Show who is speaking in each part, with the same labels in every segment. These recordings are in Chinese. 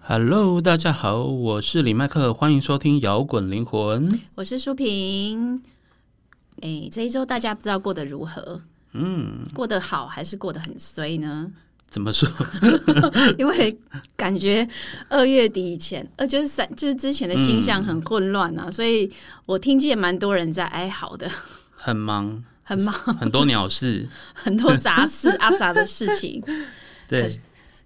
Speaker 1: Hello，大家好，我是李麦克，欢迎收听摇滚灵魂。
Speaker 2: 我是舒萍。哎，这一周大家不知道过得如何？嗯，过得好还是过得很衰呢？
Speaker 1: 怎么 说？
Speaker 2: 因为感觉二月底以前，呃，就是三，就是之前的星象很混乱啊，所以我听见蛮多人在哀嚎的，
Speaker 1: 很忙，
Speaker 2: 很忙，
Speaker 1: 很多鸟事。
Speaker 2: 很多杂事阿杂的事情。
Speaker 1: 对
Speaker 2: 可，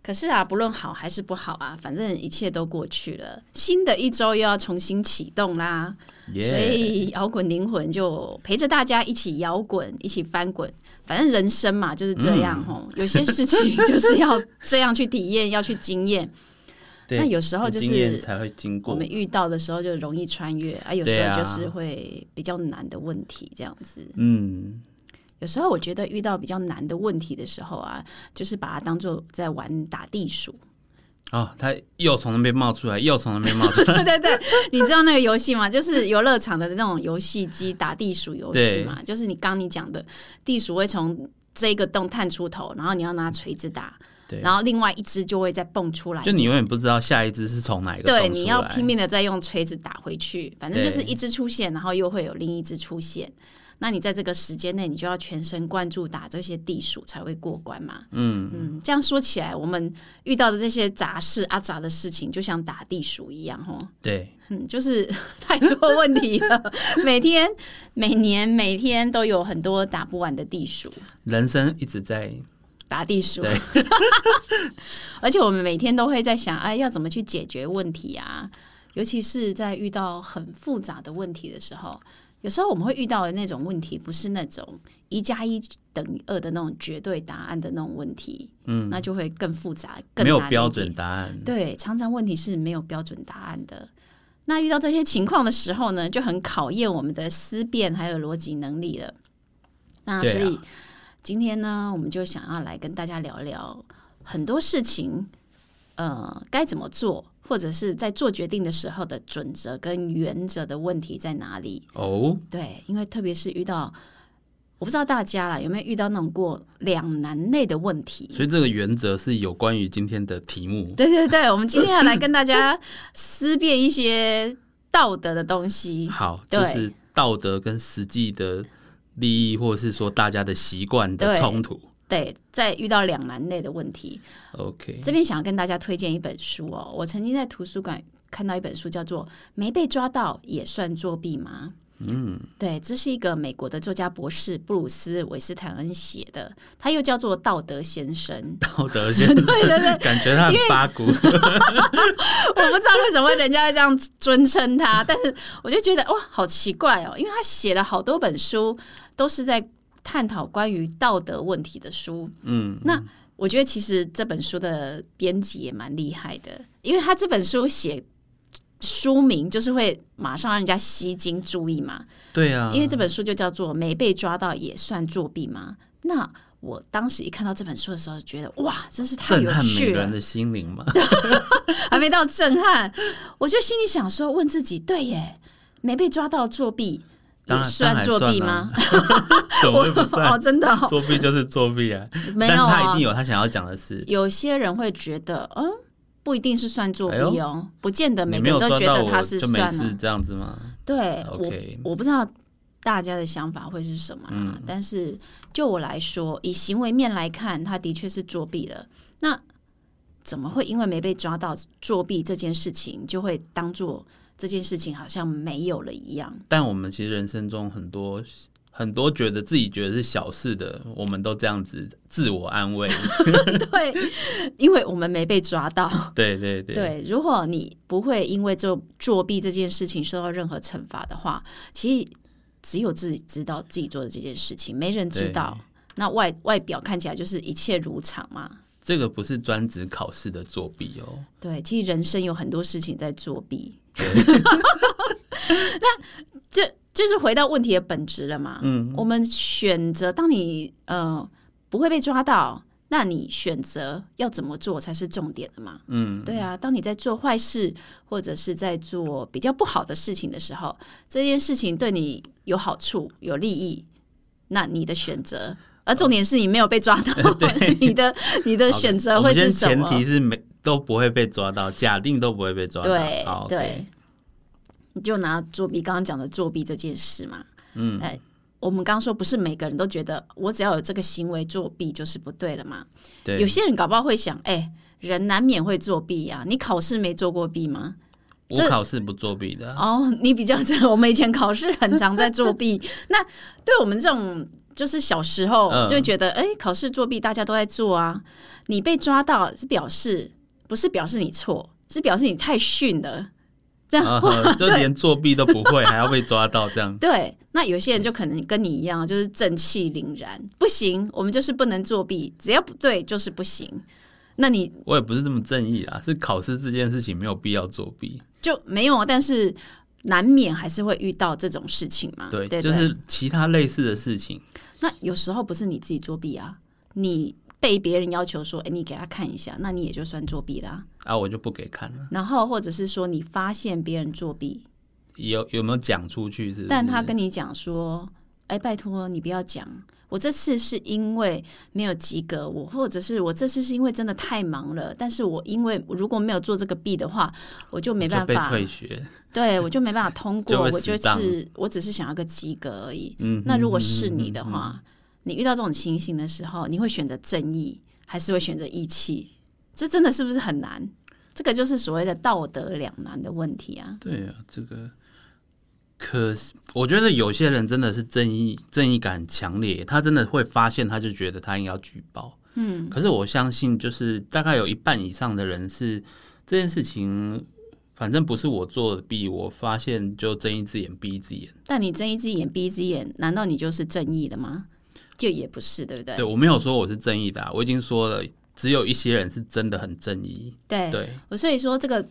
Speaker 2: 可是啊，不论好还是不好啊，反正一切都过去了，新的一周又要重新启动啦。所
Speaker 1: 耶、
Speaker 2: 以摇滚灵魂就陪着大家一起摇滚，一起翻滚。反正人生嘛就是这
Speaker 1: 嗯
Speaker 2: 样哦、有些事情就是要这样去体验，要去经验。
Speaker 1: 对，
Speaker 2: 那有时候就
Speaker 1: 经验
Speaker 2: 是
Speaker 1: 才会经
Speaker 2: 我
Speaker 1: 过
Speaker 2: 们。遇到的时候就容易穿越啊，有
Speaker 1: 对
Speaker 2: 时
Speaker 1: 啊
Speaker 2: 候就是会比较难的问题这样子。
Speaker 1: 嗯，
Speaker 2: 有时候我觉得遇到比较难的问题的时候啊，就是把它当做在玩打地鼠。
Speaker 1: 哦，它又从那边冒出来，又从那边冒出来。
Speaker 2: 对对对，你知道那个游戏吗？就是游乐场的那种游戏机打地鼠游戏嘛，就是你刚你讲的，地鼠会从这个洞探出头，然后你要拿锤子打，
Speaker 1: 对
Speaker 2: 然后另外一只就会再蹦 出来
Speaker 1: 就。你永远不知道下一只是从哪一个洞
Speaker 2: 对，
Speaker 1: 出
Speaker 2: 你要
Speaker 1: 来
Speaker 2: 拼命的再用锤子打回去，反正就是一只出现，然后又会有另一只出现。那你在这个时间内，你就要全神贯注打这些地鼠才会过关嘛。嗯嗯，这样说起来，我们遇到的这些杂事、阿杂的事情，就像打地鼠一样，吼。
Speaker 1: 对，
Speaker 2: 嗯，就是 太多问题了，每天、每年、每天都有很多打不完的地鼠，
Speaker 1: 人生一直在
Speaker 2: 打地鼠
Speaker 1: 对。
Speaker 2: 而且我们每天都会在想，哎，要怎么去解决问题啊？尤其是在遇到很复杂的问题的时候，有时候我们会遇到的那种问题，不是那种一加一等于二的那种绝对答案的那种问题，嗯，那就会更复杂，更
Speaker 1: 没有
Speaker 2: 难理
Speaker 1: 标
Speaker 2: 解
Speaker 1: 准答案。
Speaker 2: 对，常常问题是没有标准答案的。那遇到这些情况的时候呢，就很考验我们的思辨还有逻辑能力了。那
Speaker 1: 对
Speaker 2: 所
Speaker 1: 啊
Speaker 2: 以、今天呢，我们就想要来跟大家聊聊很多事情，呃，该怎么做，或者是在做决定的时候的准则跟原则的问题在哪里？
Speaker 1: 哦，
Speaker 2: 对，因为特别是遇到，我不知道大家啦有没有遇到那种过两难内的问题。
Speaker 1: 所以这个原则是有关于今天的题 目。
Speaker 2: 对对对，我们今天要来跟大家思辨一些道德的东西。
Speaker 1: 好，就
Speaker 2: 对
Speaker 1: 是道德跟实际的利益，或者是说大家的习惯的
Speaker 2: 对
Speaker 1: 冲突。
Speaker 2: 对，在遇到两难类的问题，
Speaker 1: OK，
Speaker 2: 这边想要跟大家推荐一本书哦。我曾经在图书馆看到一本书，叫做《没被抓到也算作弊吗》。嗯，对，这是一个美国的作家博士布鲁斯·韦斯坦恩写的，他又叫做《道德先生》。
Speaker 1: 道德先生，
Speaker 2: 对对对，
Speaker 1: 感觉他很八股。
Speaker 2: 我不知道为什么人家会这样尊称他，但是我就觉得哇，好奇怪哦，因为他写了好多本书，都是在探讨关于道德问题的书。
Speaker 1: 嗯，
Speaker 2: 那我觉得其实这本书的编辑也蛮厉害的，因为他这本书写。书名就是会马上让人家吸睛注意嘛，
Speaker 1: 对啊，
Speaker 2: 因为这本书就叫做《没被抓到也算作弊吗》。那我当时一看到这本书的时候，觉得哇，真是太
Speaker 1: 震
Speaker 2: 有
Speaker 1: 撼每
Speaker 2: 趣
Speaker 1: 个
Speaker 2: 了
Speaker 1: 人，的心灵 嘛。
Speaker 2: 还没到震撼，我就心里想说，问自己，对耶，没被抓到作弊
Speaker 1: 当
Speaker 2: 也
Speaker 1: 然当然
Speaker 2: 作弊
Speaker 1: 算
Speaker 2: 吗
Speaker 1: 啊？怎么会不
Speaker 2: 哦，
Speaker 1: 算？
Speaker 2: 真的、 哦、
Speaker 1: 作弊就是作弊啊，
Speaker 2: 没
Speaker 1: 但是
Speaker 2: 有
Speaker 1: 他一
Speaker 2: 啊
Speaker 1: 定。有他想要讲的事。
Speaker 2: 有些人会觉得，嗯，不一定是算作弊哦，不见得每
Speaker 1: 哎你没有
Speaker 2: 个人都
Speaker 1: 抓
Speaker 2: 觉
Speaker 1: 到
Speaker 2: 得
Speaker 1: 我
Speaker 2: 他是
Speaker 1: 就没
Speaker 2: 算
Speaker 1: 事
Speaker 2: 啊。
Speaker 1: 这样子吗？
Speaker 2: 对
Speaker 1: ？OK
Speaker 2: 我我不知道大家的想法会是什么啦、但是就我来说，以行为面来看，他的确是作弊了。那怎么会因为没被抓到作弊这件事情，就会当做这件事情好像没有了一样？
Speaker 1: 但我们其实人生中很多很多觉得自己觉得是小事的，我们都这样子自我安 慰。
Speaker 2: 对，因为我们没被抓到。
Speaker 1: 对对对，
Speaker 2: 对，如果你不会因为这作弊这件事情受到任何惩罚的话，其实只有自己知道自己做的这件事情，没人知道。那外外表看起来就是一切如常嘛。
Speaker 1: 这个不是专职考试的作弊哦。
Speaker 2: 对，其实人生有很多事情在作弊。 那这就是回到问题的本质了嘛。嗯，我们选择，当你呃不会被抓到，那你选择要怎么做才是重点的嘛。嗯，对啊，当你在做坏事或者是在做比较不好的事情的时候，这件事情对你有好处、有利益，那你的选 择。而重点是你没有被抓到，你的你的选择
Speaker 1: 我们
Speaker 2: 会
Speaker 1: 先
Speaker 2: 是什
Speaker 1: 前
Speaker 2: 么？
Speaker 1: 提是没都不会被抓到，假定都不会被抓到。
Speaker 2: 对
Speaker 1: 啊好，
Speaker 2: 对，你就拿作弊刚刚讲的作弊这件事嘛，嗯，哎、我们刚刚说不是每个人都觉得我只要有这个行为作弊就是不对了嘛，
Speaker 1: 对
Speaker 2: 有些人搞不好会想，哎、人难免会作弊呀、你考试没做过弊吗？
Speaker 1: 我考试不作弊的，
Speaker 2: 哦，你比较这，我们以前考试很常在作 弊。那对我们这种就是小时候
Speaker 1: 嗯
Speaker 2: 就会觉得，哎、考试作弊大家都在做啊，你被抓到是表示不是表示你错，是表示你太逊了。这 样、
Speaker 1: 啊，就连作弊都不会，还要被抓到这样。
Speaker 2: 对。那有些人就可能跟你一样，就是正气凛然，不行，我们就是不能作弊，只要不对就是不行。那你
Speaker 1: 我也不是这么正义啦，是考试这件事情没有必要作弊。
Speaker 2: 就没有，但是难免还是会遇到这种事情嘛。
Speaker 1: 对，
Speaker 2: 啊对
Speaker 1: 就
Speaker 2: 对
Speaker 1: 是其他类似的事情，
Speaker 2: 那有时候不是你自己作弊啊，你被别人要求说，哎、你给他看一下，那你也就算作弊啦。
Speaker 1: 啊，我就不给看了。
Speaker 2: 然后或者是说你发现别人作弊，
Speaker 1: 有有没有讲出去是不是？
Speaker 2: 但他跟你讲说，哎、拜托你不要讲，我这次是因为没有及格，我或者是我这次是因为真的太忙了，但是我因为如果没有做这个弊的话，我就没办
Speaker 1: 就被
Speaker 2: 法，啊
Speaker 1: 退学，
Speaker 2: 对我就没办法通过，
Speaker 1: 就会
Speaker 2: 我就
Speaker 1: 死当
Speaker 2: 是我只是想要个及格而已。
Speaker 1: 嗯
Speaker 2: 那如果是你的话，你遇到这种情形的时候，你会选择正义，还是会选择义气？这真的是不是很难？这个就是所谓的道德两难的问题啊。
Speaker 1: 对啊，这个可是我觉得有些人真的是正义正义感强烈，他真的会发现，他就觉得他应该要举报。嗯，可是我相信，就是大概有一半以上的人是这件事情，反正不是我做的弊，我发现就睁一只眼闭一只眼。
Speaker 2: 但你睁一只眼闭一只眼，难道你就是正义了吗？就也不是，对不对？
Speaker 1: 对我没有说我是正义的啊、我已经说了，只有一些人是真的很正义。
Speaker 2: 对
Speaker 1: 对，
Speaker 2: 我所以说这个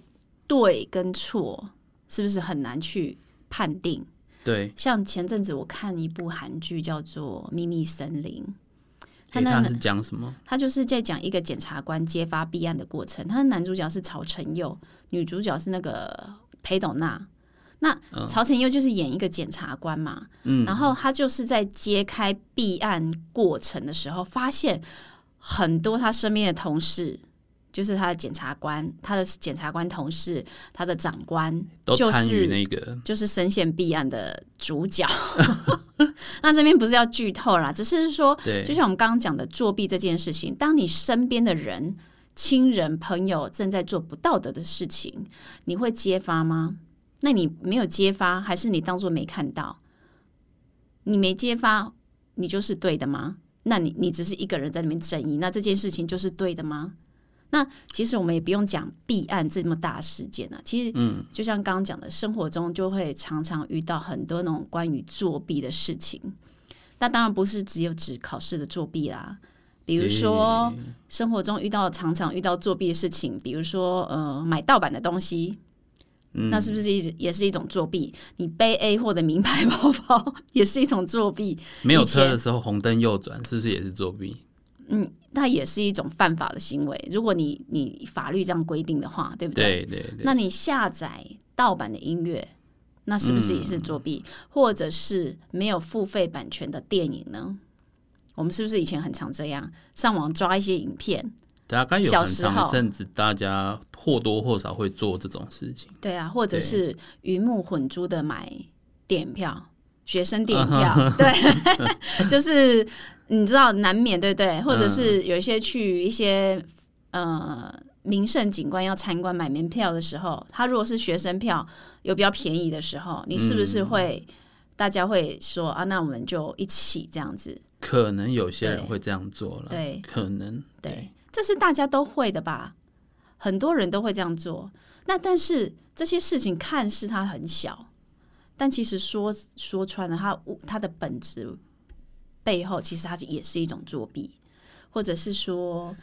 Speaker 2: 对跟错是不是很难去判定？
Speaker 1: 对，
Speaker 2: 像前阵子我看一部韩剧叫做《秘密森林》，他
Speaker 1: 诶
Speaker 2: 那
Speaker 1: 他是讲什么？
Speaker 2: 他就是在讲一个检察官揭发弊案的过程。他的男主角是曹承佑，女主角是那个裴斗娜。那曹承佑就是演一个检察官嘛，
Speaker 1: 嗯
Speaker 2: 然后他就是在揭开弊案过程的时候，发现很多他身边的同事，就是他的检察官、他的检察官同事、他的长官，
Speaker 1: 都
Speaker 2: 就
Speaker 1: 参与
Speaker 2: 是
Speaker 1: 那个，
Speaker 2: 就是深陷弊案的主角。 那这边不是要剧透啦，只是说
Speaker 1: 对，
Speaker 2: 就像我们刚刚讲的作弊这件事情，当你身边的人、亲人、朋友正在做不道德的事情，你会揭发吗？那你没有揭发，还是你当做没看到？你没揭发，你就是对的吗？那你你只是一个人在那边正义，那这件事情就是对的吗？那其实我们也不用讲弊案这么大的事件啊，其实，嗯，就像刚刚讲的，生活中就会常常遇到很多那种关于作弊的事情。那当然不是只有指考试的作弊啦，比如说生活中遇到常常遇到作弊的事情，比如说呃买盗版的东西，那是不是一也是一种作弊？你背 A 货的名牌包包 也是一种作弊，
Speaker 1: 没有
Speaker 2: 以前
Speaker 1: 车的时候红灯右转，是不是也是作弊？
Speaker 2: 嗯，那也是一种犯法的行为。如果你你法律这样规定的话，对不嗯对？
Speaker 1: 对对对，
Speaker 2: 那你下载盗版的音乐，那是不是也是作弊？或者是没有付费版权的电影呢？我们是不是以前很常这样上网抓一些影片？
Speaker 1: 大概有
Speaker 2: 小
Speaker 1: 很
Speaker 2: 时
Speaker 1: 长，
Speaker 2: 候
Speaker 1: 甚至大家或多或少会做这种事情。
Speaker 2: 对啊，或者
Speaker 1: 对
Speaker 2: 是鱼目混珠的买电影票，学生电影票， 对， 就是你知道难免对不对？或者是有一些去一些呃名胜景观要参观买门票的时候，他如果是学生票有比较便宜的时候，你是不是会、大家会说啊？那我们就一起这样子，
Speaker 1: 可能有些人
Speaker 2: 对
Speaker 1: 会这样做了，
Speaker 2: 对
Speaker 1: 可能
Speaker 2: 对，这是大家都会的吧？很多人都会这样做。那但是这些事情看似它很小，但其实说说穿了，它它的本质背后其实它也是一种作弊，或者是说，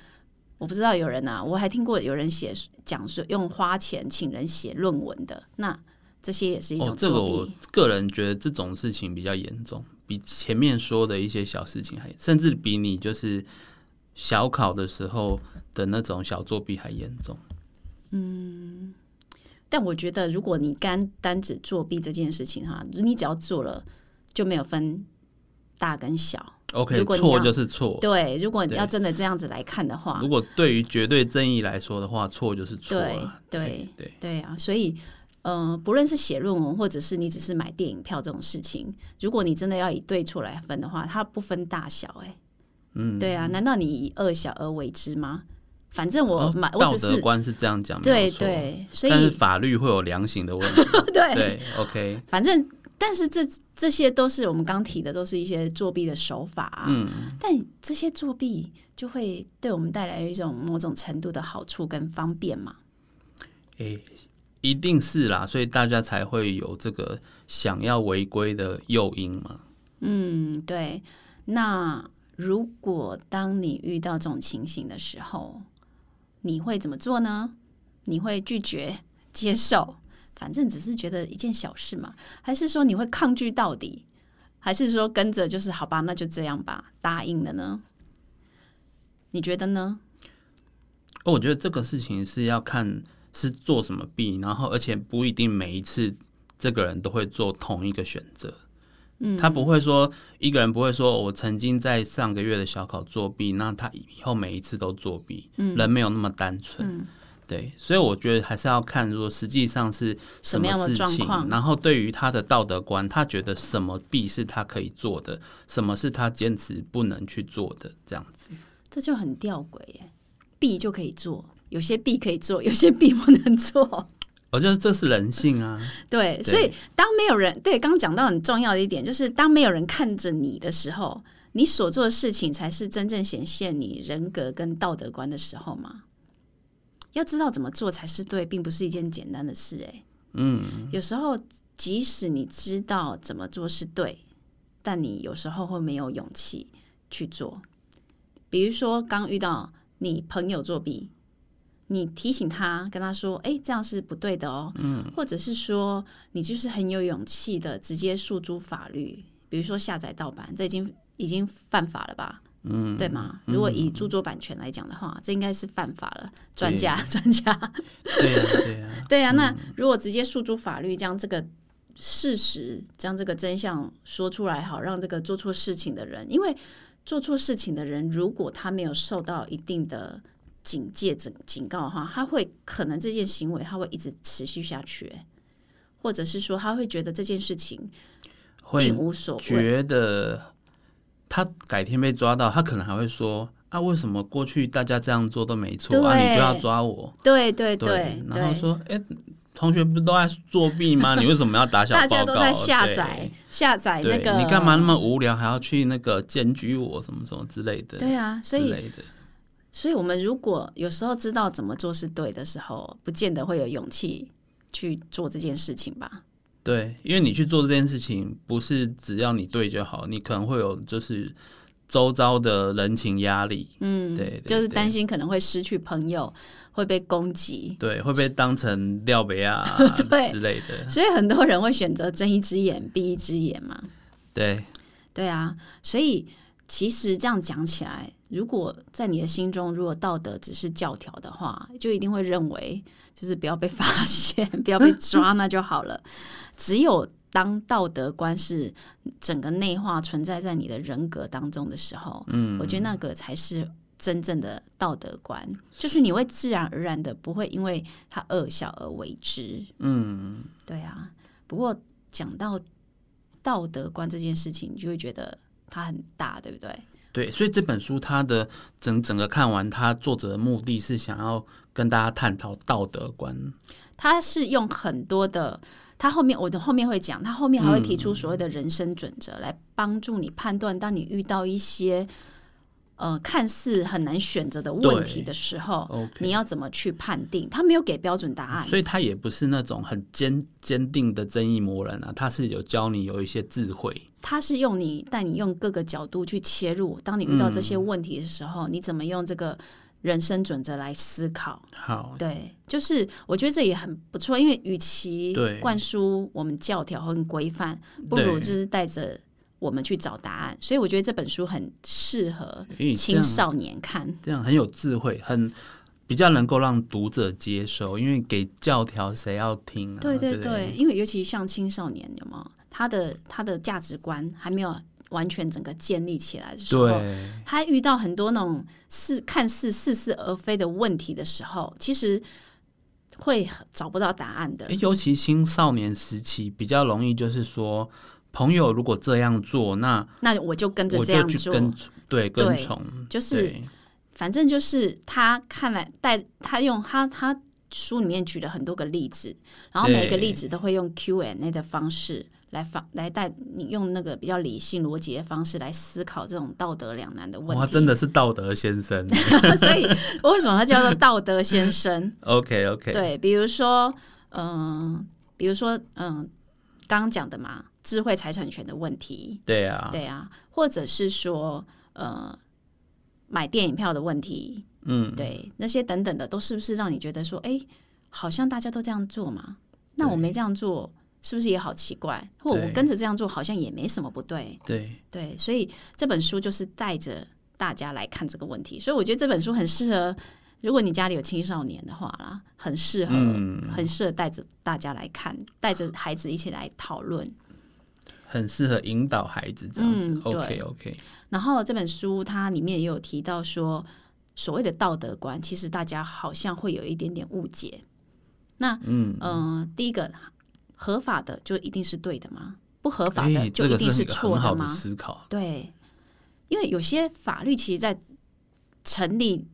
Speaker 2: 我不知道有人啊，我还听过有人写讲说用花钱请人写论文的，那这些也是一
Speaker 1: 哦
Speaker 2: 种，
Speaker 1: 这个
Speaker 2: 作弊。
Speaker 1: 我个人觉得这种事情比较严重，比前面说的一些小事情还，甚至比你就是小考的时候的那种小作弊还严重。
Speaker 2: 但我觉得，如果你单单指作弊这件事情哈，你只要做了，就没有分大跟小。
Speaker 1: OK，
Speaker 2: 如果你
Speaker 1: 错
Speaker 2: 要
Speaker 1: 就是错。
Speaker 2: 对，如果你
Speaker 1: 对
Speaker 2: 要真的这样子来看的话
Speaker 1: 如，果对于绝对正义来说的话，错就是错
Speaker 2: 对
Speaker 1: 啊。
Speaker 2: 对
Speaker 1: 对
Speaker 2: 对啊，所以。呃，不论是写论文，或者是你只是买电影票这种事情，如果你真的要以对错来分的话，它不分大小、欸，
Speaker 1: 嗯，
Speaker 2: 对啊，难道你以恶小而为之吗？反正我
Speaker 1: 哦
Speaker 2: 买，
Speaker 1: 道
Speaker 2: 我只
Speaker 1: 德
Speaker 2: 是
Speaker 1: 观是这样讲，没
Speaker 2: 对
Speaker 1: 有错。
Speaker 2: 对，所
Speaker 1: 但是
Speaker 2: 以
Speaker 1: 法律会有量刑的问题，
Speaker 2: 对
Speaker 1: 对，OK，
Speaker 2: 反正，但是这这些都是我们刚提的，都是一些作弊的手法、啊。嗯，但这些作弊就会对我们带来一种某种程度的好处跟方便嘛。
Speaker 1: 诶、一定是啦，所以大家才会有这个想要违规的诱因嘛。
Speaker 2: 嗯，对。那如果当你遇到这种情形的时候，你会怎么做呢？你会拒绝接受，反正只是觉得一件小事嘛，还是说你会抗拒到底，还是说跟着就是好吧，那就这样吧，答应了呢？你觉得呢？
Speaker 1: 哦，我觉得这个事情是要看是做什么弊，然后而且不一定每一次这个人都会做同一个选择。嗯，他不会说一个人不会说，我曾经在上个月的小考作弊，那他以后每一次都作弊。嗯，人没有那么单纯。
Speaker 2: 嗯
Speaker 1: 对，所以我觉得还是要看，如果实际上是
Speaker 2: 什
Speaker 1: 什
Speaker 2: 么样的
Speaker 1: 事
Speaker 2: 状
Speaker 1: 情
Speaker 2: 况，
Speaker 1: 然后对于他的道德观，他觉得什么弊是他可以做的，什么是他坚持不能去做的，这样子。
Speaker 2: 这就很吊诡耶，弊就可以做，有些弊可以做，有些弊不能做。
Speaker 1: 我觉得这是人性啊。
Speaker 2: 对，
Speaker 1: 对
Speaker 2: 所以当没有人对刚刚讲到很重要的一点，就是当没有人看着你的时候，你所做的事情才是真正显现你人格跟道德观的时候嘛。要知道怎么做才是对，并不是一件简单的事、哎，嗯，有时候即使你知道怎么做是对，但你有时候会没有勇气去做。比如说，刚遇到你朋友作弊，你提醒他，跟他说：“哎、这样是不对的哦。”嗯，或者是说，你就是很有勇气的直接诉诸法律，比如说下载盗版，这已经已经犯法了吧？嗯，对吗？如果以著作版权来讲的话，这应该是犯法了。专家，专家，
Speaker 1: 对呀、对呀、
Speaker 2: 对啊。
Speaker 1: 嗯
Speaker 2: 那如果直接诉诸法律，将这个事实，将这个真相说出来，好让这个做错事情的人，因为做错事情的人，如果他没有受到一定的警戒、警警告的话，他会可能这件行为他会一直持续下去、欸或者是说他会觉得这件事情
Speaker 1: 会
Speaker 2: 并无所谓。
Speaker 1: 觉得他改天被抓到，他可能还会说啊，为什么过去大家这样做都没错啊，
Speaker 2: 对
Speaker 1: 你就要抓我？
Speaker 2: 对对
Speaker 1: 然后
Speaker 2: 对，
Speaker 1: 说，哎、同学不是都在作弊吗？你为什么要打小报
Speaker 2: 大
Speaker 1: 告？
Speaker 2: 家都在下载下载
Speaker 1: 对。
Speaker 2: 那
Speaker 1: 对
Speaker 2: 个，
Speaker 1: 你干嘛那？么无聊，还要去那个检举我什么什么之类的，
Speaker 2: 对啊，所
Speaker 1: 之
Speaker 2: 以
Speaker 1: 类的。
Speaker 2: 所以我们如果有时候知道怎么做是对的时候，不见得会有勇气去做这件事情吧？
Speaker 1: 对，因为你去做这件事情，不是只要你对就好，你可能会有就是周遭的人情压力，
Speaker 2: 嗯，
Speaker 1: 对对
Speaker 2: 就是
Speaker 1: 对
Speaker 2: 担心可能会失去朋友，会被攻击，
Speaker 1: 对，会被当成廖北亚
Speaker 2: 对
Speaker 1: 之类的，
Speaker 2: 所以很多人会选择睁一只眼闭一只眼嘛。
Speaker 1: 对。
Speaker 2: 对啊，所以其实这样讲起来，如果在你的心中，如果道德只是教条的话，就一定会认为就是不要被 发现，不要被抓，那就好了。只有当道德观是整个内化存在在你的人格当中的时候，嗯，我觉得那个才是。真正的道德观，就是你会自然而然的，不会因为他恶小而为之。嗯，对啊。不过讲到道德观这件事情，你就会觉得它很大，对不对？
Speaker 1: 对，所以这本书它的整整个看完，它作者的目的是想要跟大家探讨道德观。
Speaker 2: 它是用很多的，它后面我的后面会讲，它后面还会提
Speaker 1: 嗯
Speaker 2: 出所谓的人生准则、来帮助你判断，当你遇到一些呃看似很难选择的问题
Speaker 1: 对
Speaker 2: 的时候，你
Speaker 1: OK，
Speaker 2: 要怎么去判定？它没有给标准答案，
Speaker 1: 所以它也不是那种很坚坚定的正义魔人啊，它是有教你有一些智慧。
Speaker 2: 它是用你带你用各个角度去切入，当你遇到这
Speaker 1: 嗯
Speaker 2: 些问题的时候，你怎么用这个人生准则来思考？
Speaker 1: 好，
Speaker 2: 对，就是我觉得这也很不错，因为与其
Speaker 1: 对
Speaker 2: 灌输我们教条和规范，不
Speaker 1: 对
Speaker 2: 如就是带着我们去找答案。所以我觉得这本书很适合
Speaker 1: 咦这
Speaker 2: 青
Speaker 1: 样啊
Speaker 2: 少年看。
Speaker 1: 这样很有智慧，很比较能够让读者接受，因为给教条谁要听啊？
Speaker 2: 对
Speaker 1: 对不
Speaker 2: 对，因为尤其像青少年，有没有他的他的价值观还没有完全整个建立起来的时候，
Speaker 1: 对，
Speaker 2: 他遇到很多那种似看似似是而非的问题的时候，其实会找不到答案的
Speaker 1: 诶。尤其青少年时期比较容易，就是说朋友如果这样做，那
Speaker 2: 那我就跟着
Speaker 1: 我
Speaker 2: 这
Speaker 1: 就
Speaker 2: 样
Speaker 1: 去
Speaker 2: 做，
Speaker 1: 跟对跟
Speaker 2: 对
Speaker 1: 从，
Speaker 2: 就是
Speaker 1: 对
Speaker 2: 反正就是他看来带他用他他书里面举了很多个例子，然后每一个
Speaker 1: 对
Speaker 2: 例子都会
Speaker 1: 嗯
Speaker 2: 用 Q&A 的方式来方来带你用那个比较理性逻辑的方式来思考这种道德两难的问
Speaker 1: 哇，
Speaker 2: 题。
Speaker 1: 真的是道德先生。
Speaker 2: 所以为什么他叫做道德 先生？
Speaker 1: OK OK，
Speaker 2: 对，比如说，嗯、比如说，嗯、刚刚讲的嘛，智慧财产权的问题，
Speaker 1: 对啊，
Speaker 2: 对啊，或者是说，呃，买电影票的问题，
Speaker 1: 嗯，
Speaker 2: 对，那些等等的，都是不是让你觉得说，哎，好像大家都这样做嘛？那
Speaker 1: 对
Speaker 2: 我没这样做，是不是也好奇怪？或我
Speaker 1: 对
Speaker 2: 跟着这样做，好像也没什么不对。
Speaker 1: 对，
Speaker 2: 对，所以这本书就是带着大家来看这个问题，所以我觉得这本书很适合，如果你家里有青少年的话啦，很适合，
Speaker 1: 嗯
Speaker 2: 很适合带着大家来看，带着孩子一起来讨论。
Speaker 1: 很适合引导孩子这样子。
Speaker 2: 嗯
Speaker 1: OK
Speaker 2: 对
Speaker 1: OK，
Speaker 2: 然后这本书它里面也有提到说，所谓的道德观，其实大家好像会有一点点误解。那嗯、呃第一个合法的就一定是对的吗？不合法
Speaker 1: 哎
Speaker 2: 的就
Speaker 1: 这
Speaker 2: 一
Speaker 1: 个
Speaker 2: 定
Speaker 1: 是一个
Speaker 2: 错
Speaker 1: 很好
Speaker 2: 吗？
Speaker 1: 的思考。
Speaker 2: 对，因为有些法律其实，在成立